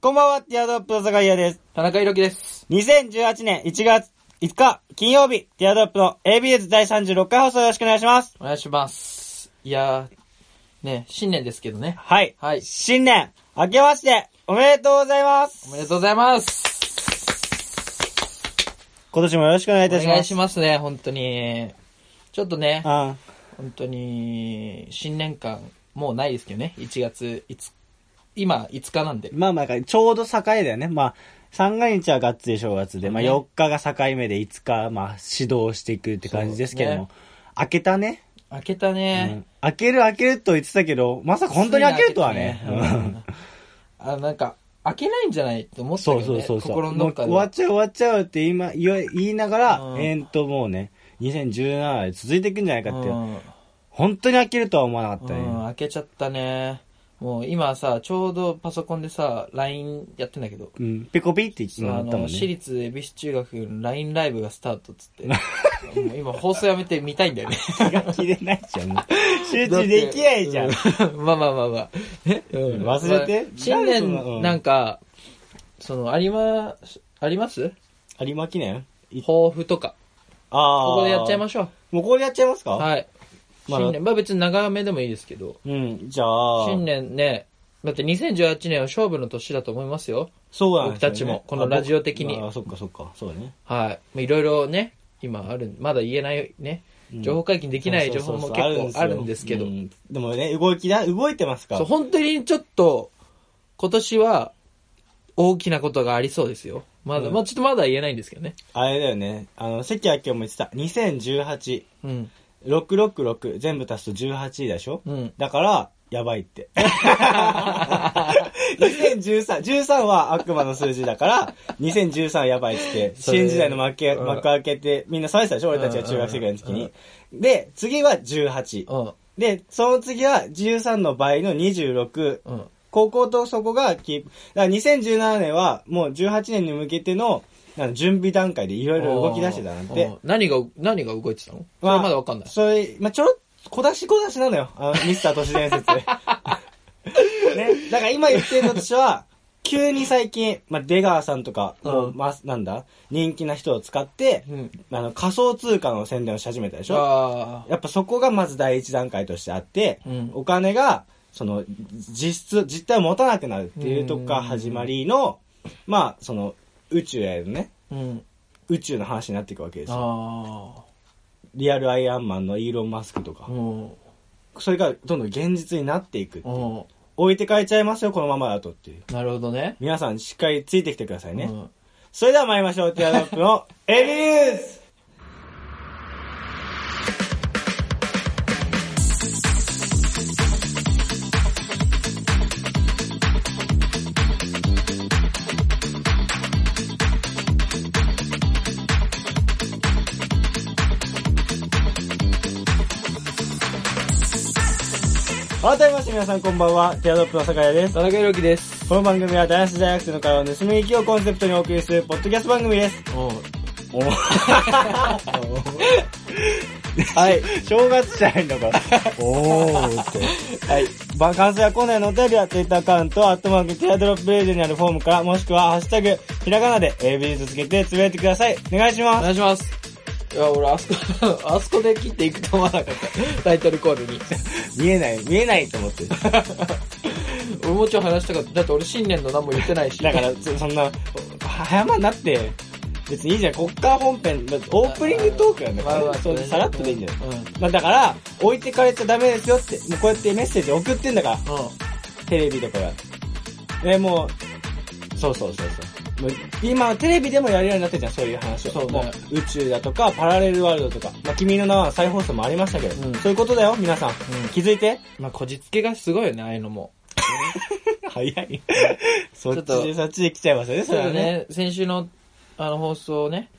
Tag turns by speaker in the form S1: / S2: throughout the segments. S1: こんばんは、ティアドロップの坂井優です。
S2: 田中裕樹です。
S1: 2018年1月5日、金曜日、ティアドロップの ABS 第36回放送よろしくお願いします。
S2: お願いします。いやー、ね、新年ですけどね。
S1: はい。
S2: はい
S1: 新年、明けまして、おめでとうございます
S2: お。めでとうございます。
S1: 今年もよろしくお願いい
S2: お
S1: たします。
S2: 願いしますね、本当に。ちょっとね、
S1: ま
S2: 本当に、新年間、もうないですけどね。1月5日、今5日なんで
S1: う。ん。まあまあ、ちょうど境だよね。まあ、三が日はがっつり正月で、まあ
S2: ね
S1: 4日が境目で5日、まあ、指導していくって感じですけども、
S2: そう
S1: 明けたね。
S2: 明けた
S1: う
S2: ね
S1: ん。開ける開けると言ってたけど、まさか本当に開けるとはね。
S2: ついに明けたねうんあ、なんか、開けないんじゃないって思った
S1: そ
S2: け
S1: う
S2: ど
S1: そう
S2: ね。
S1: そうそう。
S2: 心のどっかで。
S1: もう終わっちゃう終わっちゃうって今言い言いながら、
S2: うん
S1: えーっともうね、2017で続いていくんじゃないかっていう。
S2: うん
S1: 本当に開けるとは思わなかったね。
S2: うん、開けちゃったね。もう今さ、ちょうどパソコンでさ、LINE やってんだけど、
S1: うん。ピコピって今な
S2: あ
S1: ったもん
S2: の、私
S1: ね。
S2: 立恵比寿中学の LINE ライブがスタートっつ って、もう今放送やめて見たいんだよね。
S1: 気 が切れないじゃん。 もう集中できないじゃん。
S2: うん。まあまあまあまあ。え、うん
S1: 忘れて
S2: まあ新年なんか、その、ありま、あります
S1: 有馬記念
S2: 抱負とか。
S1: ああ。
S2: ここでやっちゃいま
S1: し
S2: しょ
S1: ょう。もうここでやっちゃいますか
S2: う。はい。
S1: まあ
S2: 新年、まあ別に長めでもいいですけど、
S1: うん。じゃあ。
S2: 新年ね、だって2018年は勝負の年だと思いますよ。
S1: そうなんですよね
S2: 僕たちもこのラジオ的に
S1: あ、僕あそっかそっか。そうだね。
S2: はい。いろいろね、今ある、まだ言えないね、情報解禁できない情報も結構あるんですけど
S1: う、んでもね、動きだ、動いてますから
S2: そう、。本当にちょっと、今年は大きなことがありそうですよ。まだ、
S1: うん
S2: まあちょっとまだ言えないんですけどね。
S1: あれだよね。あの、関明夫も言ってた。2018。
S2: うん。
S1: 666全部足すと18位でしょ、
S2: うん。
S1: だから、やばい って。2013、13は悪魔の数字だから、2013はやばいっつって、
S2: それ
S1: 新時代の幕開け、
S2: うん
S1: 幕開けて、みんな騒いでたでしょ俺たちが中学生ぐらいの時に。で、次は18。
S2: うん。
S1: で、その次は13の倍の26。
S2: うん。
S1: 高校とそこがキープ。だから2017年はもう18年に向けての、なんか準備段階でいろいろ動き出してたなんて
S2: う。ん。何が、何が動いてたのそれ
S1: まあ
S2: はまだわかんない。
S1: それ、まあ、ちょろっと、小出し小出しなのよ。あの、ミスター都市伝 説。ね。だから今言ってるのとしては、急に最近、まあ、出川さんとか、
S2: うん
S1: もう、まあ、なんだ、人気な人を使って、
S2: うん。
S1: あの、仮想通貨の宣伝をし始めたでしょ
S2: ああ。
S1: やっぱそこがまず第一段階としてあって、
S2: うん
S1: お金が、その、実質、実体を持たなくなるっていうとこから始まりの、まあ、その、宇宙へのね、
S2: うん。
S1: 宇宙の話になっていくわけですよ。
S2: あ
S1: リアルアイアンマンのイーロン・マスクとか
S2: あ。う。ん。うん。
S1: それがどんどん現実になっていくっていう。置いてかれちゃいますよ、このままだとっていう。
S2: なるほどね。
S1: 皆さんしっかりついてきてくださいね。
S2: うん
S1: それでは参りましょう、ティアドロップのエビニュース改めまして皆さんこんばんは、ティアドロップの酒屋です。
S2: 田中裕樹です。
S1: この番組は男子大学生の会話を盗み聞きをコンセプトにお送りするポッドキャスト番組です。
S2: う
S1: おはい。正月じゃないのか。おーって。はい。番感想やコーナーへのお便りは Twitter アカウント、アットマークティアドロップレージにあるフォームから、もしくはハッシュタグ、ひらがなで AB とつけてつぶやいてください。お願いし
S2: お
S1: ます。
S2: 願いします。いや、俺、あそこ、 あそこで切っていくと思わなかった。タイトルコールに。
S1: 見えない、見えないと思って。だ
S2: 俺もうちょい話したかった。だって俺新年の何も言ってないし。
S1: から、そそんな、は早まんなって、別にいいじゃん。こっから本編、だってオープニングトークなんだから、そうさらっとでいいんだよ。
S2: うん。うん。
S1: まあだから、置いてかれちゃダメですよって、もうこうやってメッセージ送ってんだから、テレビとかが。え、もう、そうそうそうそう。もう今、テレビでもやるようになってるじゃん、そういう話を。
S2: そうね
S1: もう宇宙だとか、パラレルワールドとか、まあ、君の名は再放送もありましたけど、
S2: うん
S1: そういうことだよ、皆さん。
S2: ん
S1: 気づいて
S2: まあ、こじつけがすごいよね、ああいうのも。
S1: 早い。 そ
S2: ょ
S1: っ
S2: っと
S1: ちで、そっちで来ちゃいますよね、そ
S2: そう
S1: れ
S2: だ
S1: はね。
S2: ね、先週の、あの、放送ね。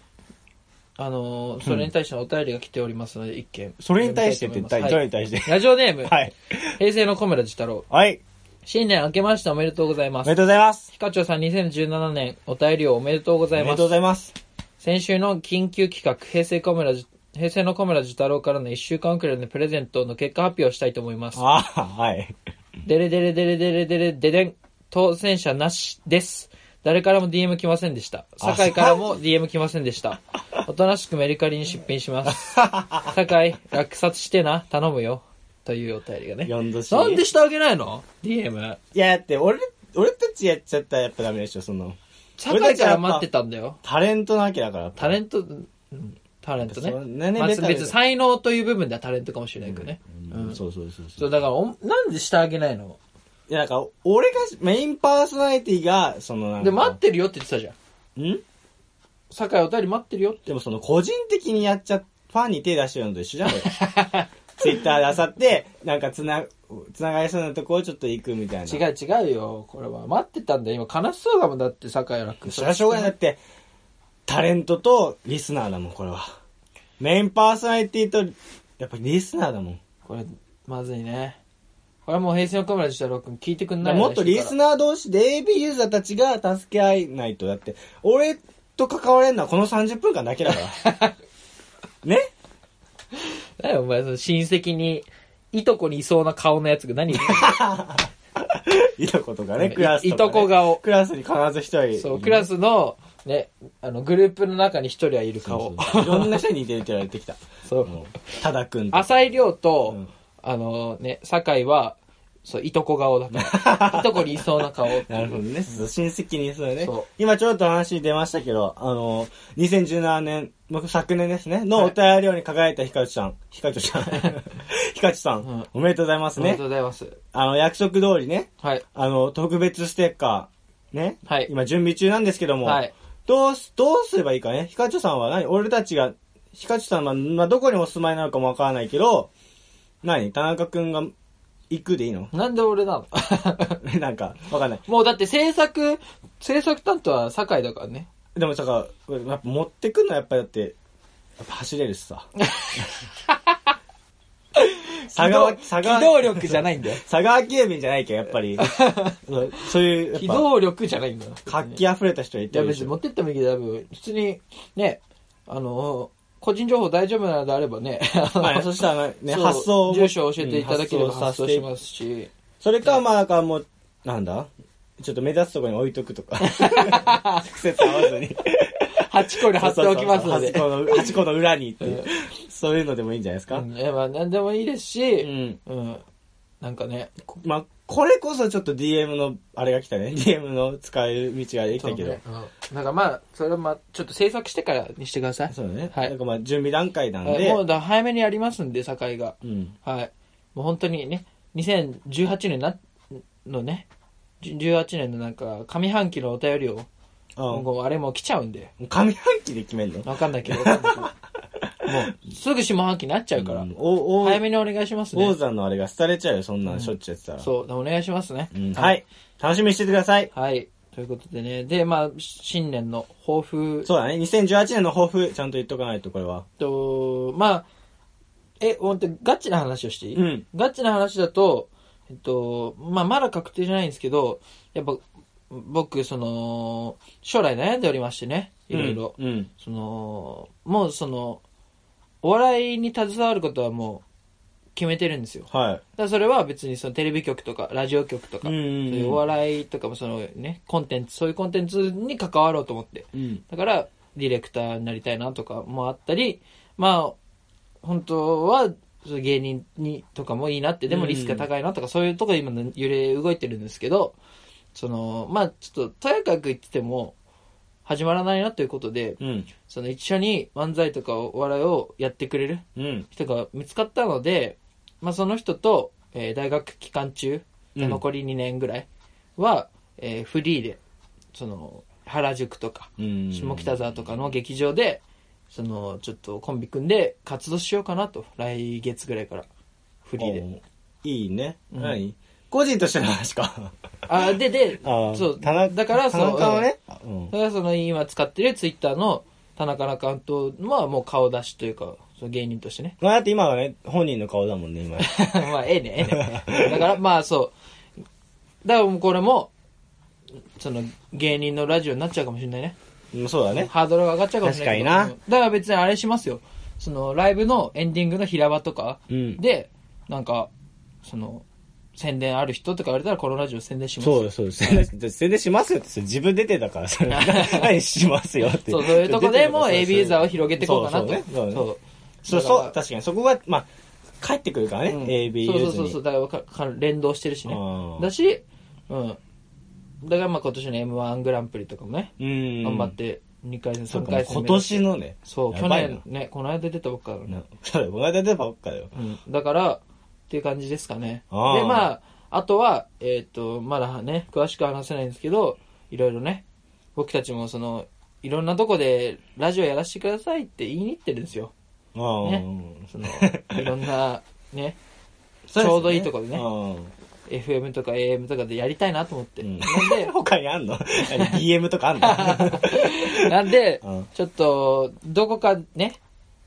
S2: あのー、それに対してのお便りが来ておりますので、一件。
S1: それに対してって、
S2: 読
S1: 誰
S2: みたい
S1: に対して。
S2: と思いますはいラジオネーム、
S1: はい。
S2: 平成の小村寿太郎。
S1: はい。
S2: 新年明けましておめでとうござい
S1: お
S2: ま。
S1: めですとうございます。
S2: ヒカチョウさん2017年、お便りをおめでとうご
S1: お
S2: ざい
S1: めで
S2: ま
S1: とうご
S2: す。
S1: ざいます。
S2: 先週の緊急企画、平成小村寿、平成の小村寿太郎からの1週間くらいのプレゼントの結果発表をしたいと思います。
S1: ああ、はい。
S2: デレデレデレデレデレデレン。当選者なしです。誰からも DM 来ませんでした。酒井からも DM 来ませんでした。おとなしくメルカリに出品します。酒井、落札してな、頼むよ。というお便りがね。
S1: 呼んどし
S2: なんでしてあげないの ?DM。
S1: いや、だって俺、俺たちやっちゃったらやっぱダメでしょ、その。
S2: 酒井から待ってたんだよ。
S1: タレントなわけだから。
S2: タレント、うんタレントね。
S1: そうねね
S2: まあ、
S1: ベタベタ
S2: 別に才能という部分ではタレントかもしれないけどね。
S1: うん、そうそうそうそ。
S2: そうう、だからお、なんでしてあげないの
S1: いや、なんか、俺が、メインパーソナリティが、そのなんか。
S2: で、待ってるよって言ってたじゃん。
S1: ん
S2: 酒井お便り待ってるよって。
S1: でもその、個人的にやっちゃ、ファンに手出してるのと一緒じゃん、ツイッターであさって、なんかつな、つながりそうなとこをちょっと行くみたいな。
S2: 違う違うよ。これは待ってたんだよ。今悲しそうだもんだって、酒井楽。
S1: それはしょうがない。だって、タレントとリスナーだもん、これは。メインパーソナリティと、やっぱりリスナーだもん。
S2: これ、まずいね。これはもう平成のカメラでしたら、君聞いてくん
S1: だ
S2: な
S1: か
S2: い
S1: らもっとリス
S2: ー。
S1: ナー同士で AB ユーザーたちが助け合いないと。だって、俺と関われるのはこの30分間だけだから。 ね
S2: 何よお前、その親戚に、いとこにいそうな顔のやつが 何言ってんの
S1: いとことかね、
S2: い
S1: クラスとか、ね。
S2: いとこ顔
S1: クラスに必ず一人いる。
S2: そう、クラスの、ね、あの、グループの中に一人はいる
S1: そ
S2: 顔
S1: う。そういろんな人に似てるって言われてきた。
S2: そう
S1: もうただくんと。
S2: 浅井亮と、
S1: うん
S2: あのね、酒井は、そう、いとこ顔だ から。いとこにいそうな顔。
S1: なるほどね。そう親戚にそうね
S2: そう。
S1: 今ちょっと話に出ましたけど、あの、2017年、僕昨年ですね、のお便りに輝いたヒカチさん。 ヒカチさん。ヒカチさ
S2: うん
S1: ん。おめでとうございます
S2: おめで
S1: ね
S2: とう。ございます。
S1: あの、約束通りね、
S2: はい。
S1: あの、特別ステッカー、ね。
S2: はい
S1: 今準備中なんですけども、
S2: はい。
S1: どうす、どうすればいいかね。ヒカチョさんは何俺たちが、ヒカチョさんは、まあ、どこにお住まいなのかもわからないけど、何田中くんが行くでいい の
S2: なんで俺なの
S1: なんか、わかんない。
S2: もうだって制作、制作担当は酒井だからね。
S1: でもさ、やっぱ持ってくのはやっぱりだって、やっぱ走れるしさ。 佐川、
S2: 機動
S1: 佐川、
S2: 機動力じゃないんだよ。
S1: 佐川急便じゃないけど、やっぱ り。そうそういう、
S2: 機
S1: やっ
S2: 動力じゃないんだよ。
S1: ぱ、活気溢れた人がい
S2: い
S1: て
S2: や
S1: るで
S2: 別
S1: し
S2: に持
S1: ょ。
S2: ってってもいいけど、多分普通に、ね、あの、個人情報大丈夫なので あればね、
S1: まあね、そしたらね、
S2: そう
S1: 発想を
S2: 住所を教えていただければ
S1: うん
S2: 発送しますし、
S1: それか、まあ、なんかもう、なんだちょっと目立つところに置いとくと か。直接合わずに。
S2: 8個に貼っておきますので。
S1: そうそうそう端っこの端っこの裏にっていう。そういうのでもいいんじゃないですか。
S2: うん、いやまあ何でもいいです
S1: う
S2: し、
S1: ん。
S2: うん、なんかね、
S1: まあ、これこそちょっと DM の、あれが来たね。DM の使い道ができたけど。
S2: そうねうんなんかまあ、それはまあ、ちょっと制作してからにしてください。
S1: そうだね。
S2: はい
S1: なんかまあ、準備段階なん
S2: はい
S1: で
S2: も。うだ早めにやりますんで、酒井が。
S1: うん。
S2: はい。もう本当にね、2018年な、のね、18年のなんか、上半期のお便りを、
S1: あ
S2: 今
S1: も
S2: 後あれもう来ちゃうんで、
S1: う上半期で決めんの
S2: わかんな いけど、わかんないけどもう、すぐ下半期になっちゃうから、
S1: うんお、お、
S2: 早めにお願いします
S1: 王
S2: ね。
S1: 座のあれが廃れちゃうよ。そんなんしょっちゅうやってたら。
S2: そう、お願いしますね。
S1: うん。はい。楽しみにしててください。
S2: はい。ということでね、で、まあ、新年の抱負
S1: そうだね。2018年の抱負、ちゃんと言っとかないと、これは。
S2: と、まあ、え、ほんと、ガチな話をしていい、
S1: うん
S2: ガチな話だと、えっと、まあ、まだ確定じゃないんですけど、やっぱ、僕、その、将来悩んでおりましてね、いろいろ。
S1: うん。うん
S2: その、もうその、お笑いに携わることはもう、決めてるんですよ。だか
S1: はい。
S2: らそれは別にそのテレビ局とかラジオ局とか、
S1: うんうんうん
S2: そういうお笑いとかもそのね、コンテンツ、そういうコンテンツに関わろうと思って。
S1: うん。
S2: だから、ディレクターになりたいなとかもあったり、まあ、本当は、そう芸人にとかもいいなって、でもリスクが高いなとか、そういうとこ今の揺れ動いてるんですけど、その、まあ、ちょっと、とやかく言ってても、始まらないなということで、
S1: うん。
S2: その一緒に漫才とかお笑いをやってくれる
S1: うん。
S2: 人が見つかったので、まあ、その人と、えー大学期間中、
S1: うん
S2: 残り2年ぐらいは、えーフリーで、その、原宿とか、
S1: うん。
S2: 下北沢とかの劇場で、その、ちょっとコンビ組んで活動しようかなと。来月ぐらいから。フリーで。
S1: おいいね。
S2: うん
S1: 何個人としての話か。
S2: あ、で、で、そう、
S1: 田中
S2: だから、そ
S1: 田
S2: の、
S1: 中は
S2: うん
S1: ね。うん
S2: だからその今使ってるツイッターの田中のアカウントはもう顔出しというか、その芸人としてね。
S1: まあだって今はね、本人の顔だもんね、今。
S2: まあ、ええね、ええね。だから、まあそう。だからもうこれも、その芸人のラジオになっちゃうかもしれないね。
S1: うんそうだね。
S2: ハードルが上がっちゃうかもしれないけど。
S1: 確かに
S2: だから別にあれしますよ。そのライブのエンディングの平場とか
S1: うん
S2: で、なんか、その、宣伝ある人とか言われたらこのラジオ宣伝します。
S1: そうです、そう です。で宣伝しますよって、それ自分出てたから、そ れ。何しますよって。
S2: そうそういうとこでも
S1: 出てる
S2: AB 座を広げていこうかなと。
S1: そうそうねそうね
S2: う
S1: そう、
S2: だから
S1: そう、確かに。そこが、まあ、帰ってくるからね、
S2: うん
S1: AB ユー
S2: そう
S1: ズ
S2: そうそう
S1: に
S2: そう。だからかか連動してるしね
S1: うん
S2: だし、うん、だからまあ今年の m 1グランプリとかもね、
S1: うん。
S2: 頑張って2回戦
S1: そう
S2: 3
S1: か、もう
S2: 回戦
S1: 今
S2: 目だし
S1: 年のね。
S2: そう
S1: や
S2: 去
S1: ばいな
S2: 年。ねこの間出たばっかだからね、
S1: なそうだよ、この間出たばっかだよ。
S2: うん、だからっていう感じですかねで
S1: あー
S2: まああとはえっ、とまだね詳しくは話せないんですけどいろいろね僕たちもそのいろんなとこでラジオやらせてくださいって言いに行ってるんですよ
S1: あー
S2: ねそ のいろんなね
S1: そですね
S2: ちょうどいいとこでね
S1: うん。
S2: FM とか AM とかでやりたいなと思って、
S1: うん
S2: なんで
S1: 他にあんの ?DM とかあん の
S2: なんで
S1: うん、
S2: ちょっと、どこかね、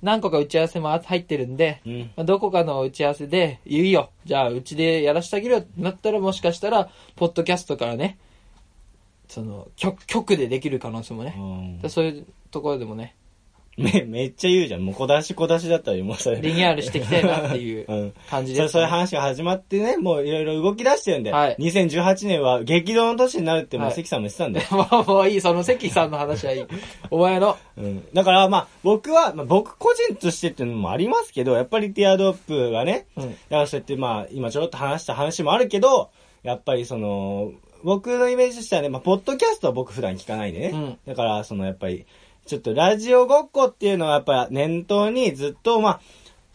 S2: 何個か打ち合わせも入ってるんで、
S1: うん
S2: まあどこかの打ち合わせで、いいよ、じゃあうちでやらせてあげるよってなったら、もしかしたら、ポッドキャストからね、その、局、局でできる可能性もね、
S1: うん
S2: だそういうところでもね、
S1: め、めっちゃ言うじゃん。もう小出し小出しだったらもうそれ。
S2: リニューアルしていきたいなっていう
S1: うん
S2: 感じ
S1: そ
S2: で
S1: れ
S2: す
S1: そう
S2: ね、
S1: いう話が始まってね、もういろいろ動き出してるんで、
S2: はい
S1: 2018年は激動の年になるってもう
S2: はい
S1: 関さんも言ってたんで、
S2: もうもういい、その関さんの話はいい。お前の、
S1: うん、だからまあ僕は、まあ、僕個人としてっていうのもありますけど、やっぱりティアドロップがね、
S2: うん
S1: だからそうやってまあ今ちょろっと話した話もあるけど、やっぱりその、僕のイメージとしてはね、まあポッドキャストは僕普段聞かないでね、
S2: うん
S1: だからそのやっぱり、ちょっとラジオごっこっていうのはやっぱ念頭にずっとまあ、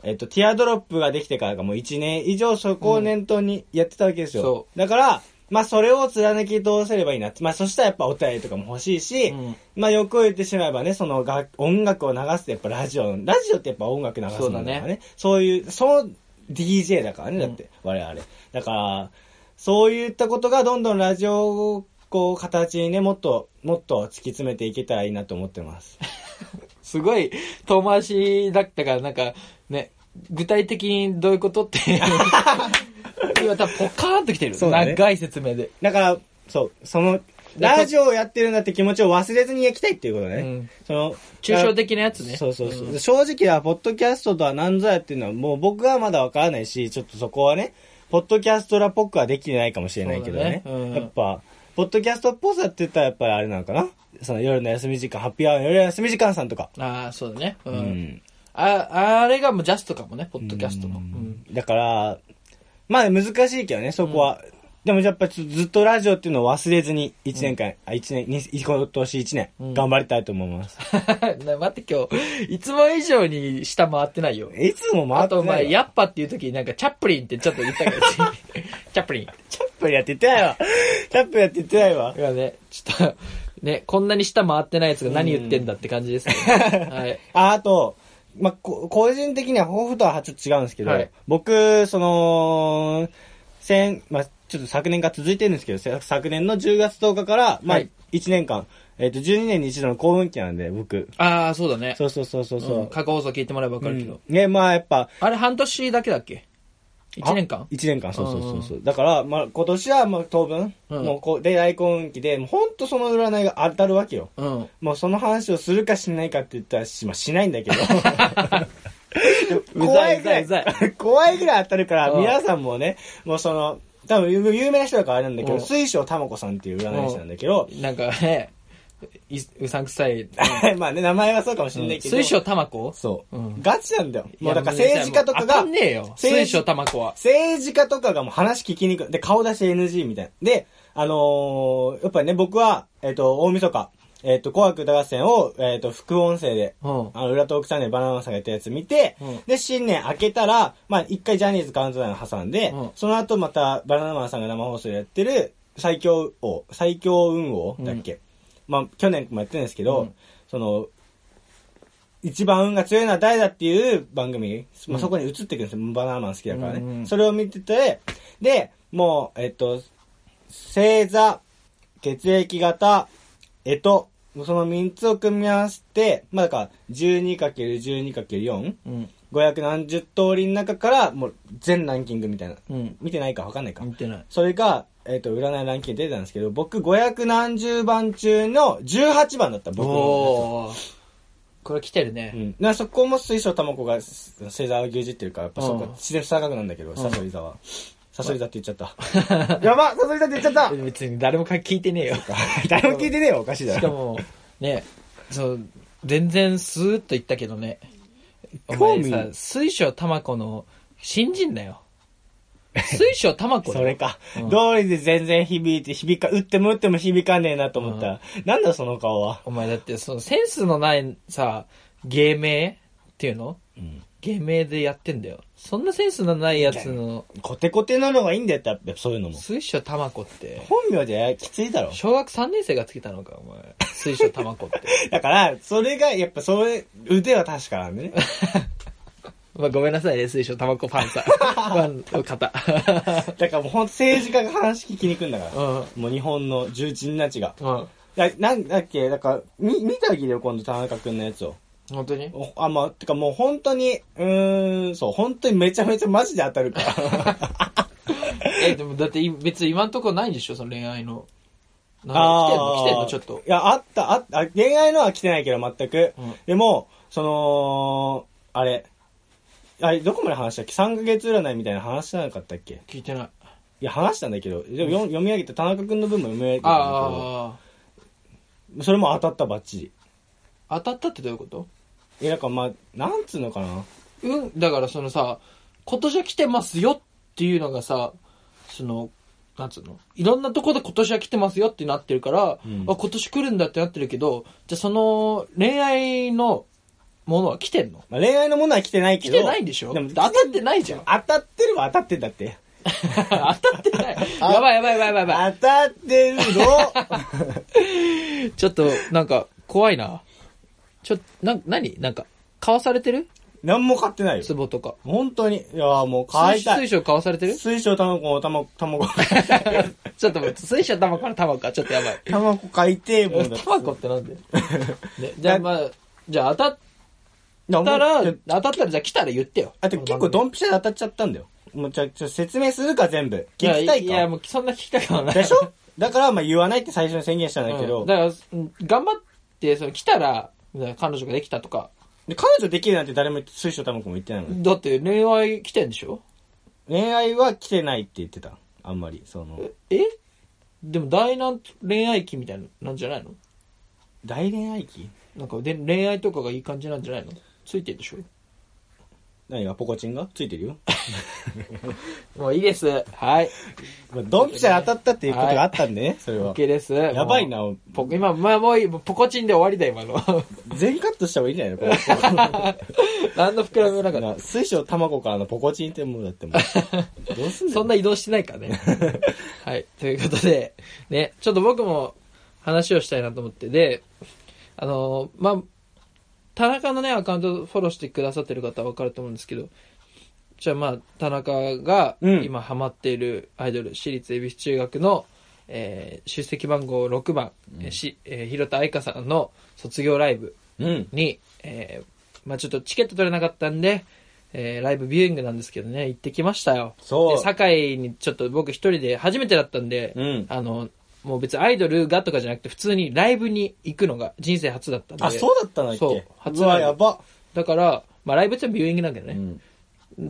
S1: えっと、ティアドロップができてからがもう1年以上そこを念頭にやってたわけですよ。
S2: うんそ
S1: だから、まあそれを貫き通せればいいなって。まあそしたらやっぱお便りとかも欲しいし、
S2: うん
S1: まあ欲を言ってしまえばね、その楽音楽を流すってやっぱラジオ、ラジオってやっぱ音楽流すもんだから
S2: そうだ
S1: ね。そういう、そう DJ だからね、だって、我々。だから、そういったことがどんどんラジオをこう形にね、もっと、もっと突き詰めていけたらいいなと思ってます。
S2: すごい遠回しだったから、なんかね、具体的にどういうこと って。今多分ポカーンときてる。
S1: そうだね
S2: 長い説明で。
S1: だから、そう、その、ラジオをやってるんだって気持ちを忘れずに行きたいっていうことだね。
S2: うん
S1: その、
S2: 抽象的なやつね。
S1: そうそうそう。
S2: ん
S1: 正直は、ポッドキャストとは何ぞやっていうのは、もう僕はまだわからないし、ちょっとそこはね、ポッドキャストらっぽくはできてないかもしれないけどね。
S2: そうだねうん
S1: やっぱ、ポッドキャストっぽさって言ったらやっぱりあれなのかなその夜の休み時間、ハッピーアワーの夜の休み時間さんとか。
S2: ああ、そうだね。う。
S1: うんん
S2: あ、あれがもうジャストかもね、ポッドキャストの。うん
S1: だから、まあ難しいけどね、そこは。でもやっぱちょっとずっとラジオっていうのを忘れずに、1年間、あ、一年、に今年1年、
S2: うん
S1: 頑張りたいと思います。
S2: な待って今日、いつも以上に下回ってないよ。
S1: いつも回
S2: あ
S1: ってな
S2: と
S1: い
S2: お
S1: わ
S2: 前、やっぱっていう時になんかチャップリンってちょっと言ったけど、 チャップリン。
S1: チャップやって言ってない わ。チャップやって言ってないわ
S2: い。やね、ちょっと、ね、こんなに下回ってないやつが何言ってんだって感じですね。はい。
S1: あ、あと、まあ、こ個人的には抱負とはちょっと違うんですけど、
S2: はい
S1: 僕、その、先、まあ、ちょっと昨年が続いてるんですけど、せ昨年の10月10日から、まあ、
S2: はい
S1: 1年間、えっ、と、12年に一度の幸運期なんで、僕。
S2: ああ、そうだね。
S1: そうそうそうそうそう。
S2: うん過去放送聞いてもらえば分かるけど、
S1: うんね、まあ、やっぱ、
S2: あれ半年だけだっけ1年間
S1: ?1 年間、そうそうそうそう。だから、まあ、今年は、まあ、当分、
S2: うん
S1: もうこう、で、大幸運期で、もうほんとその占いが当たるわけよ。
S2: うん
S1: もうその話をするかしないかって言ったらし,、まあ、しないんだけど。怖いぐら
S2: うざいうざ
S1: い、怖いぐらい当たるから、
S2: うん
S1: 皆さんもね、もうその、多分有有名な人だからあれなんだけ
S2: う
S1: ど、
S2: ん
S1: 水晶たまこさんっていう占い師なんだけど、
S2: なんかねいうさんく さい、
S1: まあね、名前はそうかもしれないけど。
S2: 水晶玉子
S1: そう、
S2: うん
S1: ガチなんだよ。
S2: い
S1: もう
S2: や
S1: だから政治家とかが、
S2: もうね当たんねえよ水
S1: 政治
S2: 晶玉子は
S1: 政治家とかがもう話聞きにくい。で、顔出し NG みたいな。で、あのーやっぱりね、僕は、えっ、と、大晦日、えっ、と、紅白歌合戦を、えっ、と、副音声で、
S2: うん
S1: あの、裏トークチャンネルバナナマンさんがやったやつ見て、
S2: うん
S1: で、新年明けたら、まあ、一回ジャニーズカウントダウン挟んで、
S2: うん
S1: その後またバナナマンさんが生放送でやってる、最強王、最強運王だっけ、まあ、去年もやってるんですけど、
S2: うん
S1: その、一番運が強いのは誰だっていう番組、ま
S2: う
S1: あ、
S2: ん
S1: そこに映ってくるんですよ。バナナマン好きだからね。
S2: うんうん
S1: それを見てて、で、もう、えっと、星座、血液型、えと、その3つを組み合わせて、まあだから 12×12×4、
S2: うん
S1: 5何十通りの中から、もう全ランキングみたいな。
S2: うん
S1: 見てないか分かんないか。
S2: 見てない
S1: それが、えっ、と、占いランキングで出たんですけど、僕5何十番中の18番だった、僕の。
S2: おーこれ来てるね、
S1: うん、だからそこも水晶玉子が星座を牛耳ってるから、やっぱそこ
S2: うん
S1: 自然不差額なんだけど、さそり座は。サソリ座って言っちゃった。 やばサソリ座って言っちゃっ
S2: 別に誰もか聞いてねえよ。
S1: た 誰も聞いてねえよ、おかしいだ
S2: しか
S1: ろ。
S2: も、ね、そう、全然スーッと言ったけどね。お
S1: 興
S2: 前
S1: 味
S2: さ、水晶玉子の新人だ よ。水晶玉子
S1: そ
S2: だよ
S1: れか。
S2: うん
S1: 通りで全然響いて、響か、打っても打っても響かねえなと思ったら、なんだその顔は。
S2: お前だって、そのセンスのないさ、芸名っていうの芸名でやってんだよ。そんなセンスのないやつの、
S1: コテコテなのがいいんだよって、やっぱそういうのも。
S2: 水晶玉子って、
S1: 本名じゃきついだろ。
S2: 小学3年生がつけたのか、お前。水晶玉子って。
S1: だから、それが、やっぱそれ、腕は確か なんでね。
S2: まあ、ごめんなさいね、水晶玉子ファン さん。ファンの方。
S1: だからもうほんと政治家が話聞きに行くんだから。
S2: うん。
S1: もう日本の重鎮なちが。
S2: うん。
S1: だなんだっけ、だから、み、見たわけだよ、今度田中くんのやつを。
S2: 本当に
S1: おあ、まあ、てかもう本当に、うーん、そう、本当にめちゃめちゃマジで当たるから。
S2: え、でもだってい別に今んとこないんでしょその恋愛の。なん
S1: あー
S2: か来てんの来てんのちょっと
S1: い。や、あった、あった、あ恋愛のは来てないけど、全く。
S2: うん
S1: でも、その、あれ、あれ、どこまで話したっけ ?3 ヶ月占いみたいな話してなかったっけ
S2: 聞いてない。
S1: いや、話したんだけど、でもよ読み上げて、田中くんの分も読み上げてたんだ
S2: あ
S1: けど、それも当たったばっちり。
S2: あ、当たったってどういうこと
S1: え、なんかまあ、なんつうのかな
S2: うん、だからそのさ、今年は来てますよっていうのがさ、その、なんつうのいろんなとこで今年は来てますよってなってるから、
S1: うん
S2: あ、今年来るんだってなってるけど、じゃあその恋愛のものは来てんの
S1: まあ、恋愛のものは来てないけ
S2: 来
S1: ど。
S2: てないんでしょ
S1: で
S2: で
S1: も
S2: も当たってないじゃん。
S1: 当たってるは当たってんだって。
S2: 当たってない。やばいやばいやばいやばい。
S1: 当たってるの
S2: ちょっと、なんか、怖いな。ちょ、な、なになんか、買わされてる
S1: 何も買ってないよ。
S2: 壺とか。
S1: 本当に。いや、もう買いた
S2: 水
S1: い。
S2: 晶買わされてる
S1: 水晶卵を卵、卵、
S2: ちょっと待って、水晶玉から玉か。ちょっとやばい。
S1: 卵買いてえ もんだ
S2: 玉子ってなん で、ね、じゃあまあ、じゃあ当
S1: だ
S2: たったら、
S1: だ
S2: 当たったらじゃあ来たら言ってよ。
S1: あ、てか結構ドンピシャで当たっちゃったんだよ。もうちょ、ちょ、説明するか全部。聞きたい
S2: や、や
S1: か。
S2: もうそんな聞きたくはない。
S1: でしょだから、まあ言わないって最初に宣言したんだけ
S2: う
S1: ど
S2: ん、だから、うん頑張って、その来たら、彼女ができたとか。
S1: で彼女できるなんて誰も水晶卵も言ってないのに。
S2: だって恋愛来てんでしょ
S1: 恋愛は来てないって言ってた。あんまり、その、
S2: えでも大難恋愛期みたいな、なんじゃないの
S1: 大恋愛期
S2: なんかで恋愛とかがいい感じなんじゃないのついてるでしょ
S1: 何がポコチンがついてるよ。
S2: もういいです。はい。
S1: まあドンピシャで当たったっていうことがあったんで ね、それは。
S2: OK です。
S1: やばいな
S2: もう。ポ今、まあもういいもうポコチンで終わりだよ、今 の。
S1: 全カットした方がいいんじゃないのこ れ
S2: 何の膨らみもなかった。
S1: な水晶卵からのポコチンってもうだっても う。どうすんの
S2: そんな移動してないか らね。はい。ということで、ね、ちょっと僕も話をしたいなと思って、で、あの、まあ、田中のね、アカウントフォローしてくださってる方はわかると思うんですけど、じゃあまあ、田中が
S1: うん
S2: 今ハマっているアイドル、私立恵比寿中学の、えー出席番号6番、えーしえー広田愛香さんの卒業ライブ
S1: うん。
S2: に、えーまあちょっとチケット取れなかったんで、えーライブビューイングなんですけどね、行ってきましたよ。
S1: そう
S2: で堺にちょっと僕一人で初めてだったんで、
S1: うん
S2: あの、もう別にアイドルがとかじゃなくて、普通にライブに行くのが人生初だったんで。
S1: あ、そうだったんだっけ
S2: そう
S1: うわ、やば。
S2: だから、まあライブってビューイングなんだけどね。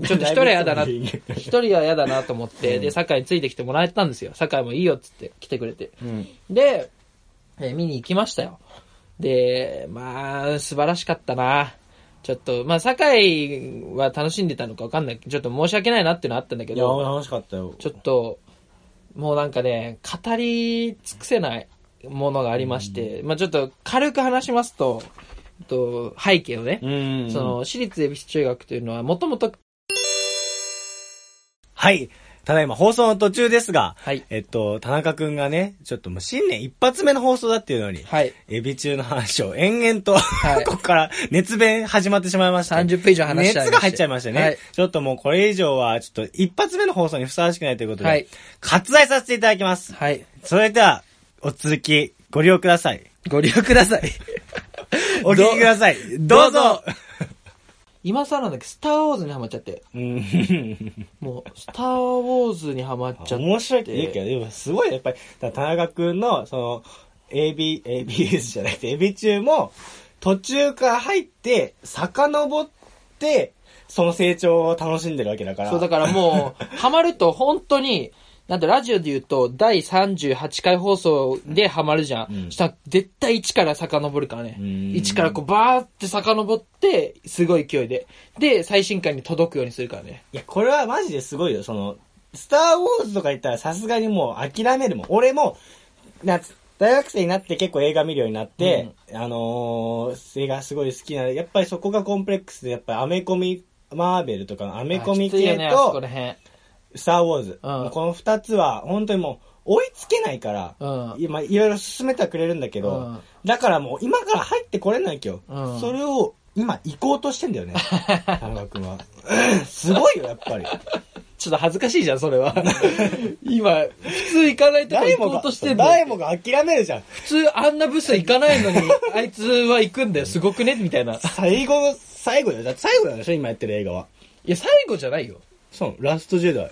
S2: ちょっと一人は嫌 だな、
S1: ライブって
S2: 一人は嫌だなと思って、で、堺についてきてもらえたんですよ。堺もいいよっつって来てくれて。
S1: うん。
S2: で、えー見に行きましたよ。で、まあ、素晴らしかったな。ちょっと、まあ、堺は楽しんでたのかわかんない。ちょっと申し訳ないなっていうのはあったんだけ
S1: いや、
S2: ど、
S1: 楽しかったよ。
S2: ちょっと、もうなんかね、語り尽くせないものがありまして、まあ、ちょっと軽く話しますと、えっと背景をね、
S1: うん。
S2: その、私立恵比寿中学というのは、もともと、
S1: はい。ただいま放送の途中ですが、
S2: はい
S1: えっと、田中くんがね、ちょっともう新年一発目の放送だっていうのに、
S2: はい、
S1: エビ中の話を延々と、
S2: はい
S1: ここから熱弁始まってしまいました。
S2: 30分以上話しちゃいまし
S1: 熱
S2: た
S1: が入っちゃいましたね。
S2: はい
S1: ちょっともうこれ以上は、ちょっと一発目の放送にふさわしくないということで、
S2: はい
S1: 割愛させていただきます。
S2: はい、
S1: それでは、お続き、ご利用ください。
S2: ご利用ください。
S1: お聞きください。どうぞ
S2: 今更なんだっけ、スターウォーズにハマっちゃって。
S1: うん
S2: もう、スター・ウォーズにハマっちゃっ て。
S1: 面白いって言うけど、でもすごいやっぱり、だから田中くんの、その、AB、ABS じゃなくて、エビ中も、途中から入って、遡って、その成長を楽しんでるわけだから。
S2: そう、だからもう、ハマると本当に、なんてラジオで言うと、第38回放送でハマるじゃん。
S1: うん
S2: したら、絶対1から遡るからね。
S1: うん
S2: 1からこう、バーって遡って、すごい勢いで。で、最新回に届くようにするからね。
S1: いや、これはマジですごいよ。その、スターウォーズとか言ったらさすがにもう諦めるもん。俺も、な、大学生になって結構映画見るようになって、あのー、映画すごい好きな、やっぱりそこがコンプレックスで、やっぱりアメコミ、マーベルとかのアメコミ
S2: あきついよ
S1: 系、
S2: ね、あそことら辺。
S1: スターウォーズ。
S2: うん
S1: もうこの二つは、本当にもう、追いつけないから、
S2: うん
S1: 今、いろいろ進めてはくれるんだけど、
S2: うん
S1: だからもう、今から入ってこれないけど、
S2: うん
S1: それを、今、行こうとしてんだ よね。田中君は。 すごいよ、やっぱり。
S2: ちょっと恥ずかしいじゃん、それは。 今、普通行かないとこ
S1: 誰
S2: 行
S1: も
S2: こう
S1: が
S2: としてん、だよ
S1: 誰もが諦めるじゃん。
S2: 普通あんなブス行かないのに、あいつは行くんだよ、すごくねみたいな。い
S1: 最後の、最後よ。だって最後なんでしょ今やってる映画は。
S2: や、最後じゃないよ。
S1: そう、ラストジェダイ。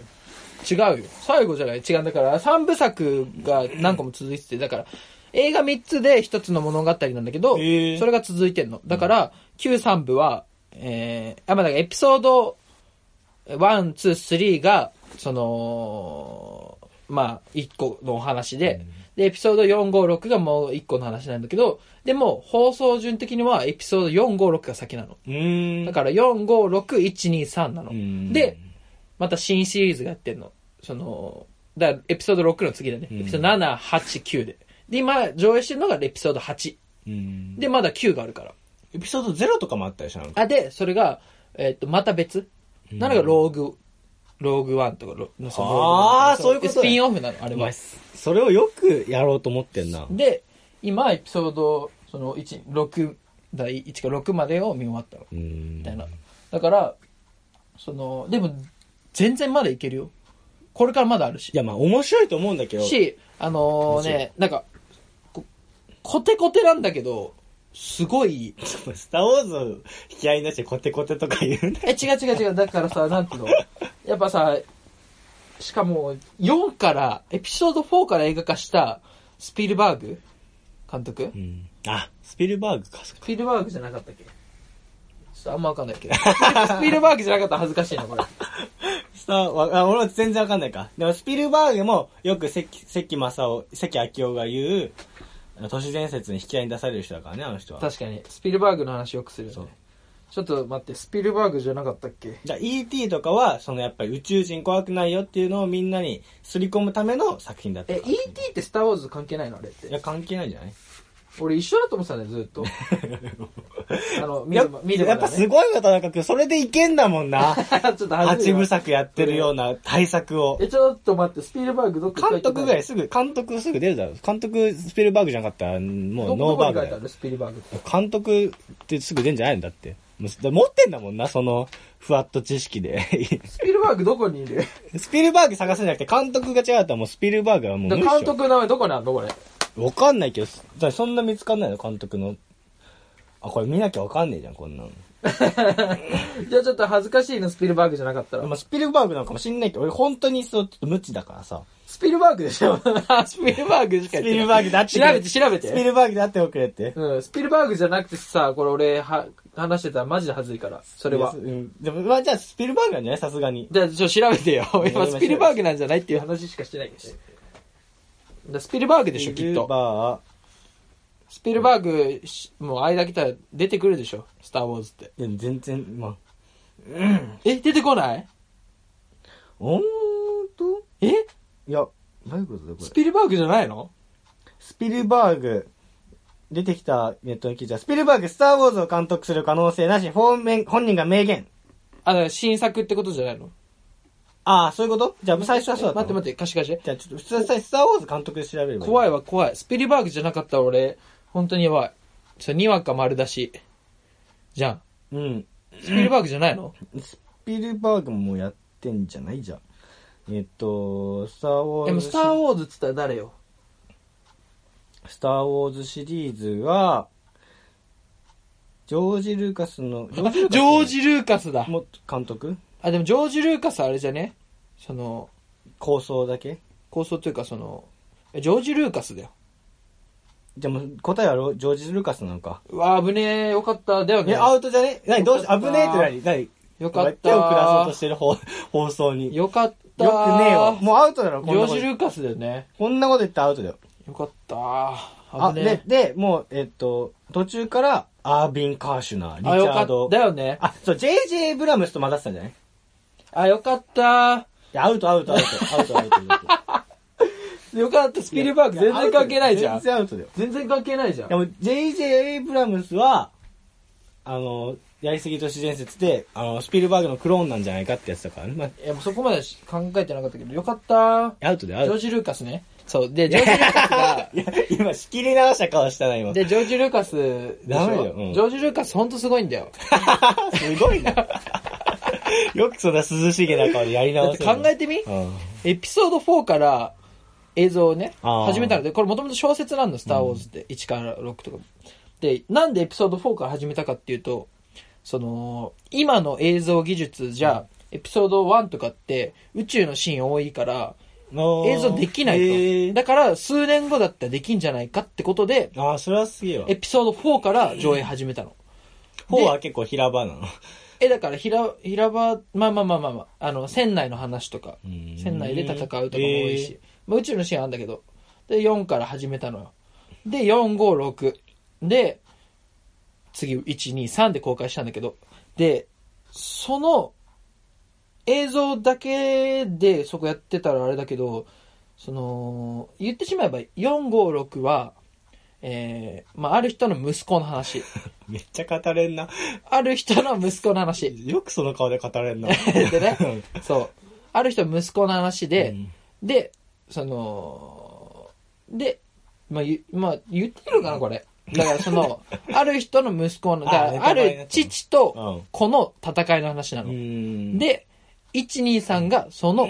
S2: 違うよ。最後じゃない。違うんだから、三部作が何個も続いてて、だから、映画三つで一つの物語なんだけど、
S1: へー
S2: それが続いてんの。だから、旧三部は、えー、あ、まあ、だからエピソード1、2、3が、その、まあ、一個のお話で、で、エピソード4、5、6がもう一個の話なんだけど、でも、放送順的にはエピソード4、5、6が先なの。
S1: うーん。
S2: だから、4、5、6、1、2、3なの
S1: う。ん
S2: で、また新シリーズがやってんの。その、だからエピソード6の次だね。
S1: うん
S2: エピソード7、8、9で。で、今、上映してるのがエピソード8。
S1: うん
S2: で、まだ9があるから。
S1: エピソード0とかもあったでしょなんか
S2: あ、で、それが、えっと、また別。なのがローグ、ローグワンとかロ、の
S1: あ
S2: の
S1: ー
S2: ログワン
S1: そういうことね
S2: スピンオフなの、あれ
S1: お前
S2: は。
S1: それをよくやろうと思ってんな。
S2: で、今、エピソード、その、1、6、第1から6までを見終わったの。
S1: うーん
S2: みたいな。だから、その、でも、全然まだいけるよ。これからまだあるし
S1: い。や、まあ面白いと思うんだけど。
S2: し、あのね、なんか、こコテコテなんだけど、すごい、
S1: スターウォーズを引き合いに出してコテコテとか言うんだよ。
S2: え、違う違う違う、だからさ、なんていうの、やっぱさ、しかも、4から、エピソード4から映画化した、スピルバーグ監督、ス
S1: あ、スピルバーグか、そっか
S2: ピルバーグじゃなかったっけちょっとあんまわかんないけ ど。スピルバーグじゃなかったら恥ずかしいな、これ。
S1: スターわあ、俺は全然わかんないか。でもスピルバーグもよく関、関正夫、関明夫が言う、都市伝説に引き合いに出される人だからね、あの人は。
S2: 確かに、スピルバーグの話よくするよ
S1: そう
S2: ね。ちょっと待って、スピルバーグじゃなかったっけ
S1: じゃあ ET とかは、そのやっぱり宇宙人怖くないよっていうのをみんなにすり込むための作品だった
S2: え、
S1: から。
S2: ET ってスターウォーズ関係ないのあれって
S1: い。や、関係ないんじゃない
S2: 俺一緒だと思ってたね、ずっ と。あの、見
S1: や
S2: るま、見る
S1: やっぱ すごいよ、田中君。それでいけんだもん な。
S2: い。ちょっと恥ず
S1: 八
S2: いわ
S1: 部作やってるような対策を。
S2: え、ちょっと待って、スピルバーグどっか
S1: 監督ぐらい
S2: す
S1: すぐ、監督すぐ出るだろう。監督、スピルバーグじゃなかったら、も
S2: ど
S1: うノーバー
S2: どこに
S1: グだ
S2: 書いてあ
S1: よ。
S2: るスピルバーグって。
S1: 監督ってすぐ出んじゃないんだって。もう持ってんだもんな、その、ふわっと知識で。
S2: スピルバーグどこにいる
S1: スピルバーグ探すんじゃなくて、監督が違うともうスピルバーグはもう無
S2: だ
S1: 理
S2: か
S1: っし
S2: ら
S1: ょ
S2: 監督の名前どこにあんのこれ。
S1: わかんないけど、だからそんな見つかんないの監督の。あ、これ見なきゃわかんねえじゃん、こんなの。
S2: じゃあちょっと恥ずかしいの、スピルバーグじゃなかったら
S1: ま。あ、スピルバーグなのかもしんないけど、俺本当にそう、ちょっと無知だからさ。
S2: スピルバーグで しょスピルバーグしか
S1: ス
S2: 言ってない
S1: ピルバーグだって
S2: 調べて、調べ
S1: スピ
S2: て。
S1: ルバーグだっておくれって。
S2: うん、スピルバーグじゃなくてさ、これ俺、は、話してたらマジで恥ずいから、それは
S1: う。んでも、まあ、じゃあスピルバーグなんじゃないさすがに。
S2: じゃあ、ちょ、調べてよ。今、
S1: 今
S2: スピルバーグなんじゃないっていう話しかしてないけどだからスピルバーグでしょ、きっと。
S1: バ
S2: スピルバーグし、もう間来たら出てくるでしょスター・ウォーズって。
S1: ー、いや、全然、まあ、
S2: え、出てこない
S1: おーんと
S2: え
S1: いや、どういうことだ、これ
S2: ス。ピルバーグじゃないの
S1: スピルバーグ、出てきたネットの記事は、スピルバーグ、スター・ウォーズを監督する可能性なし、本面本人が明言。
S2: あ、だから新作ってことじゃないの
S1: ああ、そういうことじゃあ、最初はそうだ
S2: え待って
S1: たの
S2: 待って、貸し貸し。
S1: じゃあちょっと普通にスターウォーズ監督で調べればいい。
S2: 怖い。わ、怖い。スピルバーグじゃなかったら俺、本当にやばい。それにわか丸出し。じゃん。
S1: うん。
S2: スピルバーグじゃないの
S1: スピルバーグもやってんじゃないじゃん。えっと、スターウォ
S2: で
S1: ー
S2: も、
S1: ズ。
S2: スター・ウォーズって言ったら誰よ
S1: スターウォーズシリーズは、ジョージ・ルーカス の、ジ
S2: ジョージ・ルーカスだ。
S1: も監督
S2: あ、でもジョージ・ルーカスあれじゃねその、
S1: 構想だけ
S2: 構想というかその、えジョージ・ルーカスだよ。
S1: でも答えはロジョージ・ルーカスなのか。
S2: うわ、危ねえ、よかった。だよ
S1: え、
S2: ね。
S1: アウトじゃね何どうし
S2: よ
S1: て
S2: かっ
S1: 危
S2: た
S1: ねえって何何
S2: よ
S1: こう
S2: か
S1: や
S2: っ
S1: 手を暮らそう
S2: た
S1: としてる放 放送に。よ
S2: よかった
S1: くねえよ。もうアウトだろ、こん
S2: ジ
S1: な
S2: ョ
S1: こ
S2: ー
S1: と
S2: ジ・。ルーカスだよね。
S1: こんなこと言ったらアウトだよ。
S2: よかった
S1: あ、
S2: 危
S1: で
S2: ね、
S1: で、もう、えっと、途中から、アービン・カーシュナー、リ
S2: え
S1: チ
S2: あ、よ
S1: ャ
S2: か
S1: ード
S2: っ。たよね。
S1: あ、そう、JJ ブラムスと混ざってたんじゃないい
S2: あ、よかった
S1: や、アウト、アウト、アウト、アウト、アウト。
S2: よかった、スピルバーグ全然関係ないじゃん
S1: 全。然アウトだよ。
S2: 全然関係ないじゃん
S1: で。も、JJ ブラムスは、あの、やりすぎ都市伝説で、あの、スピルバーグのクローンなんじゃないかってやつだからね。ま
S2: いや、もうそこまで考えてなかったけど、よかった
S1: あ、アウトだよ、アウ
S2: ジョ
S1: ト
S2: ー。ジ・ルーカスね。そう。で、ジョージ・ルーカス が、
S1: いや、今、しきり流した顔したな、今。
S2: で、ジョージ・ルーカスでしょ、
S1: ダメだようん
S2: ジョージ・ルーカスほんとすごいんだよ。
S1: すごいな。 よくそんな涼しげな顔でやり
S2: だ
S1: 直
S2: っ
S1: せ
S2: て
S1: る
S2: 考えてみ
S1: うん。
S2: エピソード4から映像をね、
S1: あー
S2: 始めたので、これもともと小説なんだ、スター・ウォーズって。1から6とか。で、なんでエピソード4から始めたかっていうと、その、今の映像技術じゃ、エピソード1とかって宇宙のシーン多いから、映像できないと。
S1: え
S2: だから、数年後だったらできんじゃないかってことで、
S1: ー、ああ、それはすげえわ。
S2: エピソード4から上映始めたの。
S1: フォーは結構平場なの。
S2: え、だから、平、平場、まあまあまあまあまあ、あの、船内の話とか、
S1: うん
S2: 船内で戦うとかも多いし、まあ、宇宙のシーンあるんだけど、で、4から始めたのよ。で、4、5、6。で、次、1、2、3で公開したんだけど、で、その、映像だけでそこやってたらあれだけど、その、言ってしまえば、4、5、6は、えー、まあ、ある人の息子の話。
S1: めっちゃ語れんな。
S2: ある人の息子の話。
S1: よくその顔で語れんな。
S2: でね、そう。ある人息子の話で、
S1: うん
S2: で、その、で、まあ、ゆまあ、言ってるのかな、これ。だから その、ある人の息子の、だか
S1: あネ
S2: ら
S1: タバ
S2: あ
S1: レにな
S2: る
S1: っちゃう
S2: 父と
S1: うん
S2: 子の戦いの話な
S1: う
S2: の。
S1: ん、
S2: で、123がその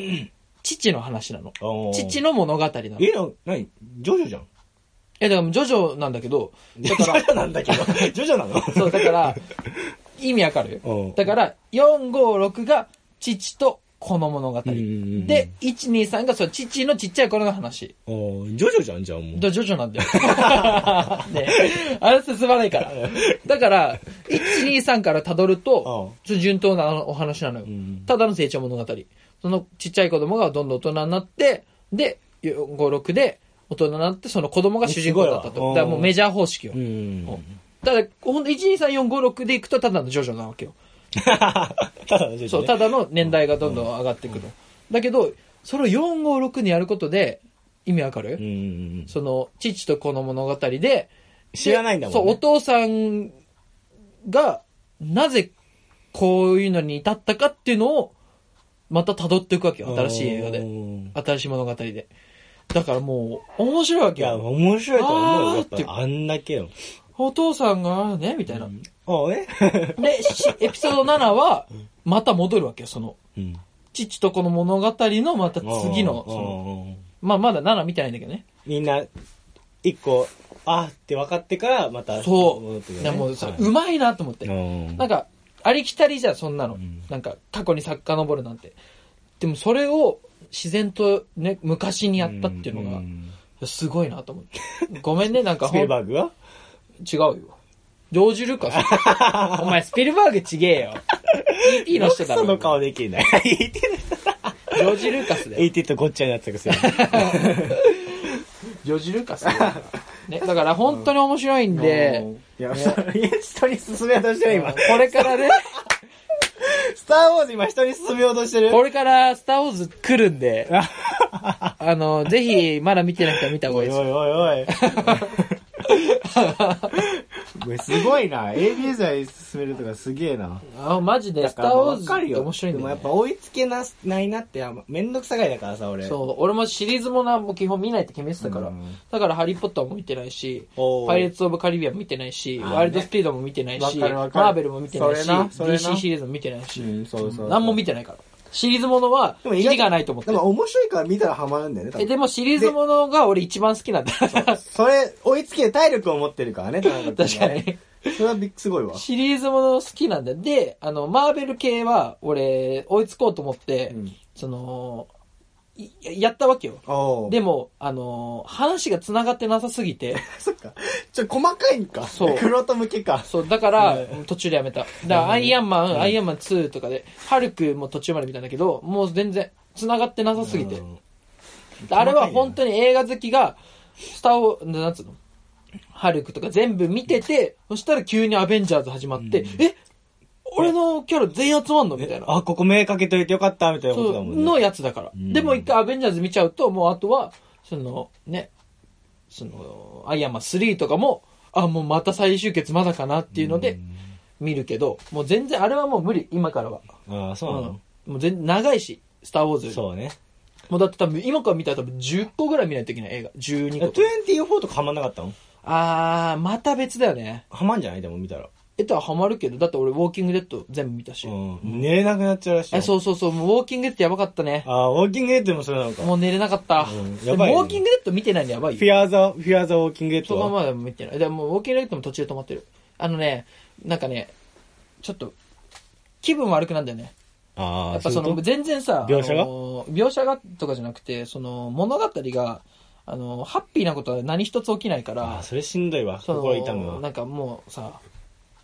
S2: 父の話なの。
S1: おー
S2: 父の物語なの。
S1: え、
S2: え、
S1: な、なにジョジョじゃん。
S2: だからジョジョなんだけど、
S1: ジ
S2: だか
S1: ョ
S2: ら
S1: ジ、ョなんだけど。 ジョジョなの
S2: そう、だから、意味わかる
S1: うん
S2: だから、4、5、6が父と子の物語。
S1: うんうんうん
S2: で、1、2、3がその父のちっちゃい頃の話。
S1: おージョジョじゃん、じゃあもう。
S2: だジョジョな んだよ。ねあれ進まないから。だから、1、2、3から辿ると、ちょっと順当なお話なのよ
S1: ん。
S2: ただの成長物語。そのちっちゃい子供がどんどん大人になって、で、4、5、6で大人になって、その子供が主人公だった
S1: すごい
S2: と。
S1: わ
S2: だからもうメジャー方式よ。
S1: うん。
S2: ただ、ほんと、1、2、3、4、5、6でいくとただのジョジョなわけよ。
S1: ただのジョジョ、ね。
S2: そう、ただの年代がどんどん上がっていくの。だけど、それを4、5、6にやることで、意味わかる、
S1: うんうんうん。
S2: その、父と子の物語で、
S1: 知らないんだもん、ね。
S2: そう、お父さんが、なぜこういうのに至ったかっていうのを、また辿っていくわけよ。新しい映画
S1: う
S2: で。
S1: ん
S2: 新しい物語で。だからもう、面白いわ
S1: い
S2: け
S1: や、
S2: よ。
S1: 面白いと思うよ。や
S2: あー
S1: っぱ、あんだけよ。
S2: お父さんが、ね、みたいな。
S1: あ、え
S2: で、しエピソード7は、また戻るわけよ。その、
S1: うん。
S2: 父と子の物語のまた次の、
S1: う
S2: そ
S1: ん
S2: の、
S1: うんうん
S2: まあまだ7見てないんだけどね。
S1: みんな、一個、あーって分かってから、また、戻
S2: そ
S1: ってく
S2: う。
S1: る
S2: い
S1: ね
S2: やもうさ
S1: はい、
S2: うまいなと思って。
S1: うん
S2: なんか、ありきたりじゃん、そんなの
S1: ん。
S2: なんか、過去に遡るなんて。でも、それを自然とね、昔にやったっていうの
S1: ん
S2: が、すごいなと思って。ごめんね、なんか
S1: スピ
S2: ほ
S1: ル
S2: ん、違う
S1: バーグは
S2: よ。ジョージ・ルカス。 お前、スピルバーグちげえよ。E.T. の人だ
S1: そ
S2: ろ。
S1: の
S2: ジ
S1: 顔で きない。AT の人
S2: ョージ・ルカスだよ。
S1: AT とごっちゃになってたくせに。
S2: ジョージ・ルカスだよ。ね、だから本当に面白いんで、
S1: いや、人に進めようとしてる、今。
S2: これからね、
S1: スターウォーズ今人に進めようとしてる。
S2: これからスターウォーズ来る んで、あの、ぜひ、まだ見てない人は見た方が
S1: お
S2: いい
S1: い
S2: で
S1: お
S2: す。
S1: いおいおい。すごいな。ABS で進めるとかすげえな。
S2: あ、マジで、
S1: だ
S2: ス
S1: か
S2: タ
S1: ら
S2: ーウォー
S1: わ
S2: ズ
S1: かる
S2: って
S1: よ。
S2: 面白いん
S1: で
S2: だ
S1: も
S2: よ、
S1: やっ
S2: ね
S1: ぱ。追いつけな、ないなって、あんまめんどくさがいだからさ、俺。う。
S2: そう、俺もシリーズもな、もう基本見ないって決めてたから。
S1: うん
S2: だから、ハリーポッターも見てないし、
S1: おー
S2: パイレーツ・オブ・カリビアンも見てないし、
S1: あーね
S2: ワイルド・スピードも見てないし、
S1: わ
S2: マ
S1: かるわかる
S2: ーベルも見てないし、
S1: それなそれな
S2: DC シリーズも見てないし、
S1: ん、そうそう
S2: 何も見てないから。シリーズものは、
S1: でも意外
S2: 意
S1: と
S2: 味がないと思って
S1: で。も面白いから見たらハマるんだよね、多
S2: え、
S1: 分。
S2: でもシリーズものが俺一番好きなんだ。
S1: それ、追いつける体力を持ってるからね、田中君は
S2: 確か。に。
S1: それはびっすごいわ。
S2: シリーズもの好きなんだよ。で、あの、マーベル系は、俺、追いつこうと思って、
S1: うん
S2: その、いやったわけよ。
S1: おで、
S2: でも、あのー話が繋がってなさすぎて、
S1: そっか。ちょ、細かいんか。
S2: そう
S1: クロート向けか。
S2: そう、だから
S1: う、
S2: 途中でやめた。だから、アイアンマン、アイアンマン2とかで、ハルクも途中まで見たんだけど、もう全然、繋がってなさすぎて。
S1: うん
S2: あれは本当に映画好きが、スターを、なんつうのハルクとか全部見てて、そしたら急にアベンジャーズ始まって、
S1: うん
S2: え俺のキャラ全員集まんのみたい
S1: え
S2: な。
S1: あ、ここ目かけといてよかった、みたいなことだ
S2: そ
S1: も
S2: うん
S1: ね。
S2: のやつだから。
S1: うん
S2: でも一回アベンジャーズ見ちゃうと、もうあとは、その、ね、その、アイアンマン3とかも、あ、もうまた最終決まだかなっていうので見るけど、もう全然、あれはもう無理、今からは。
S1: うん。ああ、そうなの、
S2: うんもう全長いし、スター・ウォーズより。
S1: そうね。
S2: もうだって多分、今から見たら多分10個ぐらい見ないといけない映画。12
S1: え
S2: 個とか。
S1: 24とかハマんなかったの
S2: あー、また別だよね。
S1: ハマんじゃないでも見たら。
S2: えとはハマるけど、だって俺、ウォーキングデッド全部見たし。
S1: うん。寝れなくなっちゃうらしいよ。
S2: え、そうそうそう、もうウォーキングデッドやばかったね。
S1: ああ、ウォーキングデッドもそれなのか。
S2: もう寝れなかった。
S1: うん
S2: で
S1: や
S2: も
S1: ばいね
S2: ウォーキングデッド見てないのやばいよ
S1: フ。ィアーザ、フィアーザウォーキングデッ
S2: そ
S1: ド
S2: こ
S1: は。
S2: までも見てない。でも、ウォーキングレッドも途中で止まってる。あのね、なんかね、ちょっと、気分悪くなんだよね。
S1: ああ、
S2: やっぱそ
S1: そういう
S2: の、
S1: こと
S2: 全然さ、
S1: 描写が
S2: あのー描写がとかじゃなくて、その、物語が、あのー、ハッピーなことは何一つ起きないか
S1: ああ、
S2: ら、
S1: それしんどいわ。
S2: そ
S1: 心痛む
S2: の、
S1: わ。
S2: なんかもうさ、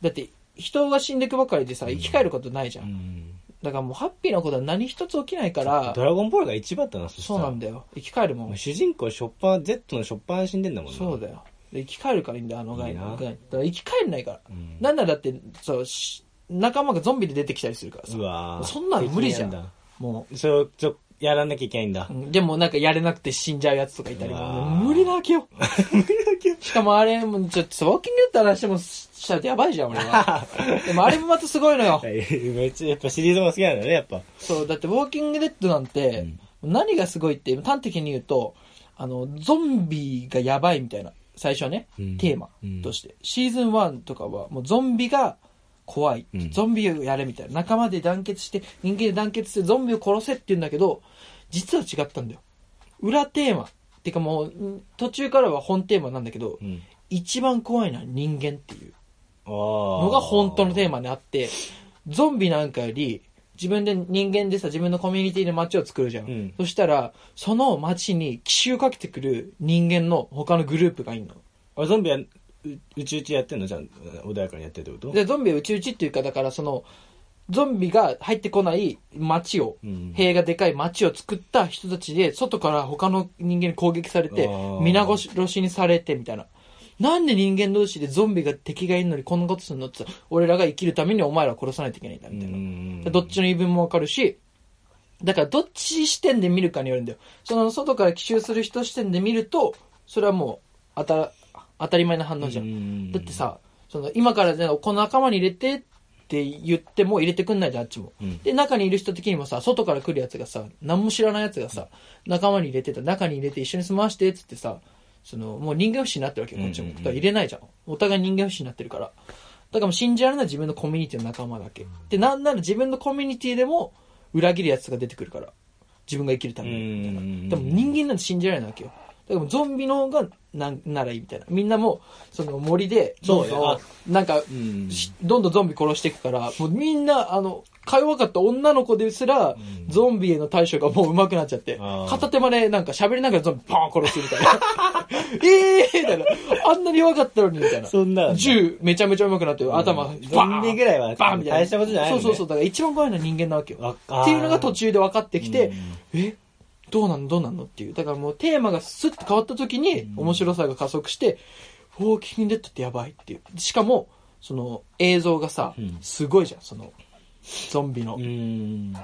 S2: だって、人が死んでくばかりでさ、生き返ることないじゃ。
S1: うんん
S2: だからもう、ハッピーなことは何一つ起きないか
S1: ド
S2: ら、
S1: ラゴンボールが一番だったな、そした
S2: そ
S1: ら
S2: うなんだよ。生き返るもん。
S1: 主人公、ショッパー、Z のショッパー死んでんだもんね。
S2: そうだよ。で生き返るからいいんだよ、あのガイ
S1: いいな
S2: ガイだから生き返んないから。
S1: うん
S2: なんならだって、そう、し仲間がゾンビで出てきたりするからさ
S1: う。わー
S2: そんなの無理じゃん
S1: できない
S2: も
S1: だそれをちょ、やらなきゃいけないんだ
S2: う。う。ん。でもなんかやれなくて死んじゃうやつとかいたり
S1: う
S2: も
S1: わー
S2: う無理なわけよ。
S1: 無理だけ
S2: しかもあれ、もちょっと、ウォーキングって話もしちゃうとやばいじゃん、俺 は。でもあれもまたすごいのよ。
S1: ど。めっちゃ、やっぱシリーズも好きなんだね、やっぱ。
S2: そう、だってウォーキングデッドなんて、何がすごいって、端的に言うと、あの、ゾンビがやばいみたいな、最初はね、
S1: うん
S2: テーマとして。シーズン1とかは、もうゾンビが怖い。
S1: うん
S2: ゾンビをやれみたいな。仲間で団結して、人間で団結してゾンビを殺せって言うんだけど、実は違ったんだよ。裏テーマ。ってかもう、ん途中からは本テーマなんだけど、
S1: うん。
S2: 一番怖いのは人間っていう。の
S1: の
S2: が本当のテーマであって、ゾンビなんかより、自分で人間でさ、自分のコミュニティで街を作るじゃん。
S1: うん
S2: そしたら、その街に奇襲かけてくる人間の他のグループがいんの。
S1: あゾンビは、ううちうちやってんのじゃん。穏やかにやってるってこと
S2: で、ゾンビはうちうちっていうか、だからその、ゾンビが入ってこない街を、
S1: うん
S2: 塀がでかい街を作った人たちで、外から他の人間に攻撃されて
S1: あー、
S2: 皆殺しにされてみたいな。なんで人間同士でゾンビが敵がいるのにこんなことするのって言ったら俺らが生きるためにお前らを殺さないといけないんだ、みたいな。
S1: な
S2: どっちの言い分もわかるし、だからどっち視点で見るかによるんだよ。その外から奇襲する人視点で見ると、それはもう当た当たり前な反応じゃん。
S1: ん
S2: だって、さ、その今からじゃあこの仲間に入れてって言っても入れてくんないじゃん、あっちも。
S1: うん
S2: で、中にいる人的にもさ、外から来るやつがさ、何も知らないやつがさ、仲間に入れてた、中に入れて一緒に住まわしてっつってさ、そのもう人間不信になってるわけよ、こっちも。
S1: うん
S2: だ
S1: うんうん
S2: から入れないじゃん。お互い人間不信になってるから。だからもう信じられない自分のコミュニティの仲間だけ。で、なんなら自分のコミュニティでも裏切るやつが出てくるから。自分が生きるためにみたいな
S1: うんうんうん
S2: でも人間なんて信じられないわけよ。だからもうゾンビの方がなんならいいみたいな。みんなもう、その森で、
S1: そうね
S2: どんどん
S1: あ
S2: なんか、
S1: ん
S2: しどんどんゾンビ殺していくから、もうみんな、あの、か弱かった女の子ですら、ゾンビへの対処がもう上手くなっちゃって
S1: あ、ー
S2: 片手間でなんか喋りながらゾンビパーン殺すみたいな。 えーみたいな。あんなに弱かったのにみたいな。
S1: そん なの
S2: 銃めちゃめちゃ上手くなって、頭、バーン
S1: ゾンビぐらいは
S2: バーンみたいな。
S1: 大したことじゃないよ
S2: そう
S1: ね
S2: そうそう。だから一番怖いのは人間なわけよ。
S1: わあー
S2: っていうのが途中で分かってきて
S1: うん、
S2: えどうなのどうなのっていう。だからもうテーマがスッと変わった時に面白さが加速して、ウォーキングデッドってやばいっていう。しかも、その映像がさ
S1: うん、
S2: すごいじゃん、その、ゾンビの
S1: う。ん。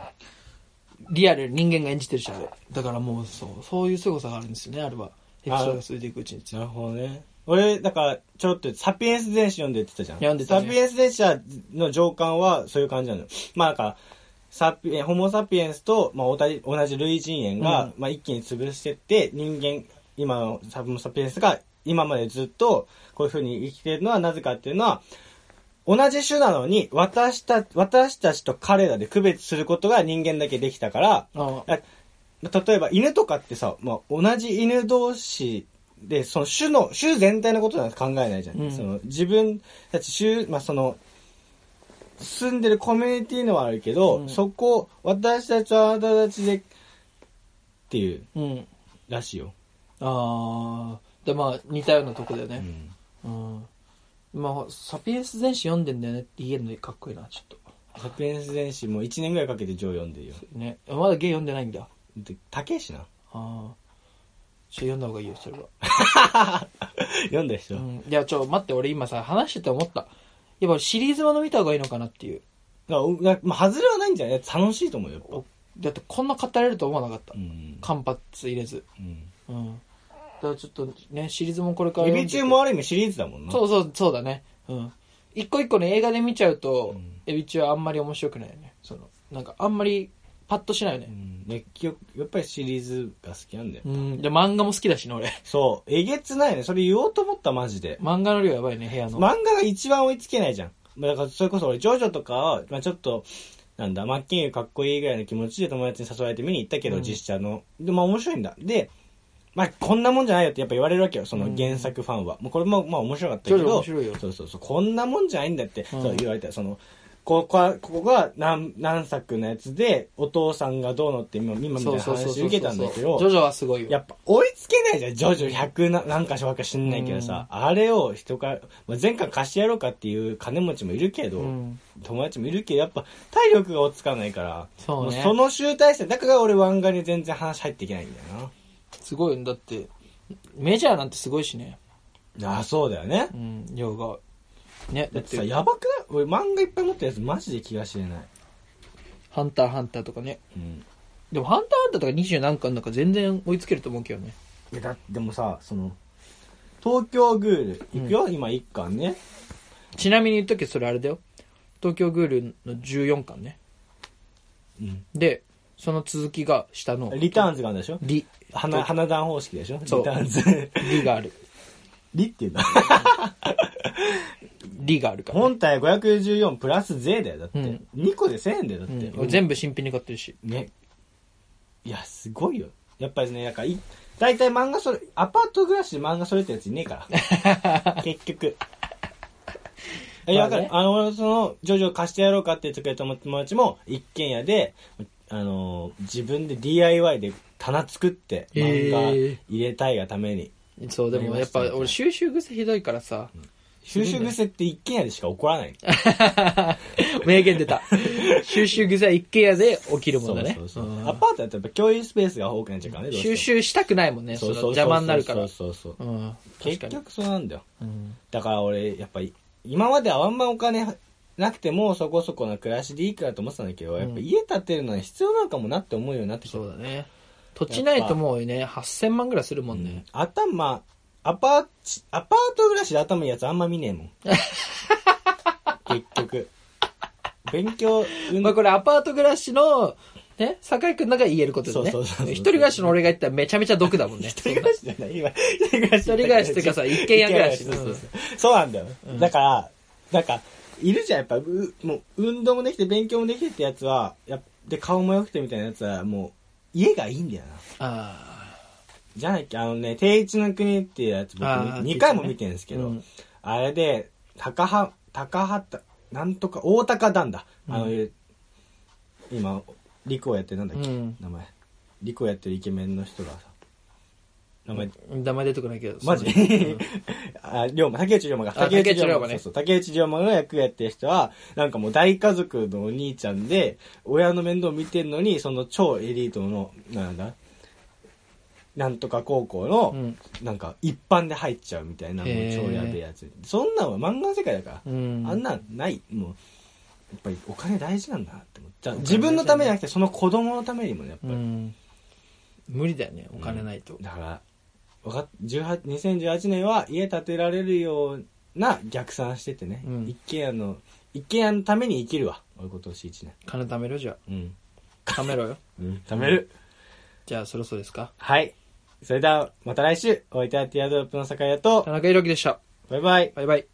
S2: リアルに人間が演じてるじゃん。だからもうそう、そういう凄さがあるんですよね、あれは。エピソードが続いていくうちに。
S1: なるほどね。俺、だから、ちょっと、サピエンス全史読んでって言ったじゃん。
S2: 読んでたね
S1: サピエンス全史の上巻は、そういう感じなのよ。まあ、だから、サピエホモ・サピエンスと、まあ、おたじ同じ類人猿が、
S2: うん
S1: まあ、一気に潰してって、人間、今のサホモ・サピエンスが、今までずっと、こういう風に生きてるのはなぜかっていうのは、同じ種なのに、私た、私たちと彼らで区別することが人間だけできたから、
S2: ああ
S1: あ例えば犬とかってさ、まあ、同じ犬同士で、その種の、種全体のことなんて考えないじゃん。
S2: うん
S1: その自分たち種、まあ、その、住んでるコミュニティのはあるけど、
S2: うん
S1: そこ、私たちは私たちで、っていう
S2: うん。
S1: らしいよ。
S2: あー。で、まあ、似たようなとこだよ
S1: う
S2: ね。
S1: ん。
S2: うん。まあ、サピエンス全史読んでんだよねって言えるのかっこいいな、ちょっ
S1: サピエンス全史も1年ぐらいかけて上読んでるよ。
S2: と。ね。まだ芸読んでないんだ。
S1: で、高えしな。
S2: ああ。ちょ、読んだ方がいいよ、それは。
S1: 読んだ人、
S2: うん。いや、ちょ、待って、俺今さ、話してて思った。やっぱシリーズもの見た方がいいのかなっていう。
S1: だからまあ、外れはないんじゃない楽しいと思うよ、やっぱ
S2: おだってこんな語れると思わなかった
S1: う。ん。
S2: 間髪入れず。
S1: うん。
S2: うん。だからちょっとね、シリーズもこれから
S1: エ
S2: 読ん
S1: ビ
S2: でて。
S1: 中もある意味シリーズだもんな。
S2: そうそう、そうだね。うん。一個一個ね、映画で見ちゃうと、
S1: うん
S2: エビ中はあんまり面白くないよね。その、なんかあんまりパッとしないよ
S1: う
S2: ね。
S1: ん。できよやっぱりシリーズが好きなんだよ。
S2: うん。で、漫画も好きだしね、俺。
S1: そう。えげつないね。それ言おうと思った、マジで。
S2: 漫画の量やばいね、部屋の。
S1: 漫画が一番追いつけないじゃん。まあだから、それこそ俺、ジョジョとかは、まあちょっと、なんだ、マッキンユーかっこいいぐらいの気持ちで友達に誘われて見に行ったけど、
S2: うん
S1: 実写の。で、まあ面白いんだ。で、まあこんなもんじゃないよってやっぱ言われるわけよ、その
S2: うん
S1: 原作ファンは。もうこれも、まあ面白かったけ
S2: ジョジョ
S1: ど、
S2: 面白いよ
S1: そうそうそう、こんなもんじゃないんだって、
S2: うん
S1: そう言われたよその、ここは、ここが何、何作のやつで、お父さんがどうのって今、今みたいな話受けたんだけど、
S2: ジョジョはすごいよ。
S1: やっぱ追いつけないじゃん、ジョジョ100な何か所か知んないけどさ、あれを人から、まあ、前回貸してやろうかっていう金持ちもいるけど、
S2: うん。
S1: 友達もいるけど、やっぱ体力が追いつかないから、
S2: そうね
S1: もの集大成、だから俺漫画に全然話入っていけないんだよ
S2: すごいよだって、メジャーなんてすごいしね。
S1: な。ああ、そうだよね
S2: う。ん、量が。ね、だ
S1: だ
S2: っ
S1: ってさ、
S2: て、
S1: やばくない俺漫画いっぱい持ってるやつマジで気が知れない。
S2: ハンターハンターとかね。
S1: うん。
S2: でも、ハンターハンターとか20何巻なんか全然追いつけると思うけどね。
S1: いやだでもさ、その、東京グール、行くよ、今1巻ね。
S2: ちなみに言っときそれあれだよ。東京グールの14巻ね。
S1: うん。
S2: で、その続きが下の、
S1: リターンズがあるんでしょ
S2: リ、
S1: 花、花壇方式でしょリタ
S2: そう
S1: ーン ズ。
S2: リがある。
S1: リっていうんだ。
S2: リがあるからね、
S1: 本体514プラス税だよ、だって。
S2: うん
S1: 2個で1000円だよ、だって。
S2: うん俺全部新品に買ってるし。
S1: ね。いや、すごいよ。やっぱりね、なんかい、大体漫画それ、アパート暮らしで漫画それってやついねえ から。結局。え、
S2: まあ
S1: わ
S2: ね
S1: かる。あの、俺その、ジョジョ貸してやろうかって言ってくれた友達も、一軒家で、あの、自分で DIY で棚作って、漫画入れたいがために。
S2: そう、でもやっぱ俺収集癖ひどいからさ、
S1: 収集癖って一軒家でしか起こらない。
S2: 名言出た。収集癖は一軒家で起きるもんだね
S1: そう。そうそう
S2: うん
S1: アパートだとやっぱ共有スペースが多くなっちゃうからね、どうして
S2: 収
S1: も
S2: 集したくないもんね、その邪魔になるから。
S1: そうそうそう。
S2: うん。確か
S1: 結
S2: に。
S1: 局そうなんだよ。
S2: うん
S1: だから俺、やっぱり、今まではあんまお金なくてもそこそこの暮らしでいいからと思ってたんだけど、やっぱ家建てるのは必要なのかもなって思うようになってきた。
S2: そうだね。土地ないともうね、8000万ぐらいするもんね。
S1: 頭、アパーチ、アパート暮らしで頭いいやつあんま見ねえも ん。結局。勉強、運
S2: まあ
S1: 動
S2: これアパート暮らしの、ね、酒井くんのが言えることでね。
S1: そうそうそうそう
S2: 一人暮らしの俺が言ったらめちゃめちゃ毒だもんね。
S1: 一人暮らしじゃない今、一人暮らし。
S2: 一人暮らしっていうかさ一軒家暮らし
S1: 一そうそうそうそうなんだよ。だから、なんか、いるじゃん、やっぱ、うもう、運動もできて、勉強もできてってやつは、やっで、顔も良くてみたいなやつは、もう、家がいいんだよな。
S2: あ
S1: じゃなきゃ、あのね、定一の国っていうやつ、僕、
S2: あー
S1: 2回も見てるんですけ
S2: う
S1: ど
S2: ん、
S1: あれで、高は、高はた、なんとか、大高段だ。あの、今、陸をやってるなんだっけ、
S2: うん
S1: 名前。陸をやってるイケメンの人がさ、名前
S2: あ。名前出てこないけど。
S1: マジ
S2: その
S1: あ、龍馬、竹内龍馬が。
S2: あ竹内龍馬
S1: そ
S2: ね
S1: うそう。竹内龍馬の役やってる人は、なんかもう大家族のお兄ちゃんで、親の面倒見てんのに、その超エリートの、なんだ、なんとか高校の、
S2: うん
S1: なんか一般で入っちゃうみたいな、もう
S2: へー
S1: 超やべえやつ。そんなんは漫画の世界だから。
S2: うん。
S1: あん
S2: な。
S1: なんない、もう、やっぱりお金大事なんだなって思っちゃう
S2: お金大事
S1: 自分のためじゃなくて、その子供のためにもね、やっぱ
S2: う
S1: り。
S2: ん。無理だよね、お金ないと。
S1: だからわかっ18 2018年は家建てられるような逆算しててね、
S2: うん
S1: 一軒家の一軒家のために生きるわ俺今年1
S2: 金貯めろじゃ
S1: 年
S2: あ。貯めろよ。
S1: うん、うん、貯める、
S2: じゃあそろそろですか。
S1: はいそれではまた来週お相手はティアドロップの酒屋と
S2: 田中裕樹でした。
S1: バイバイ
S2: バイバイ。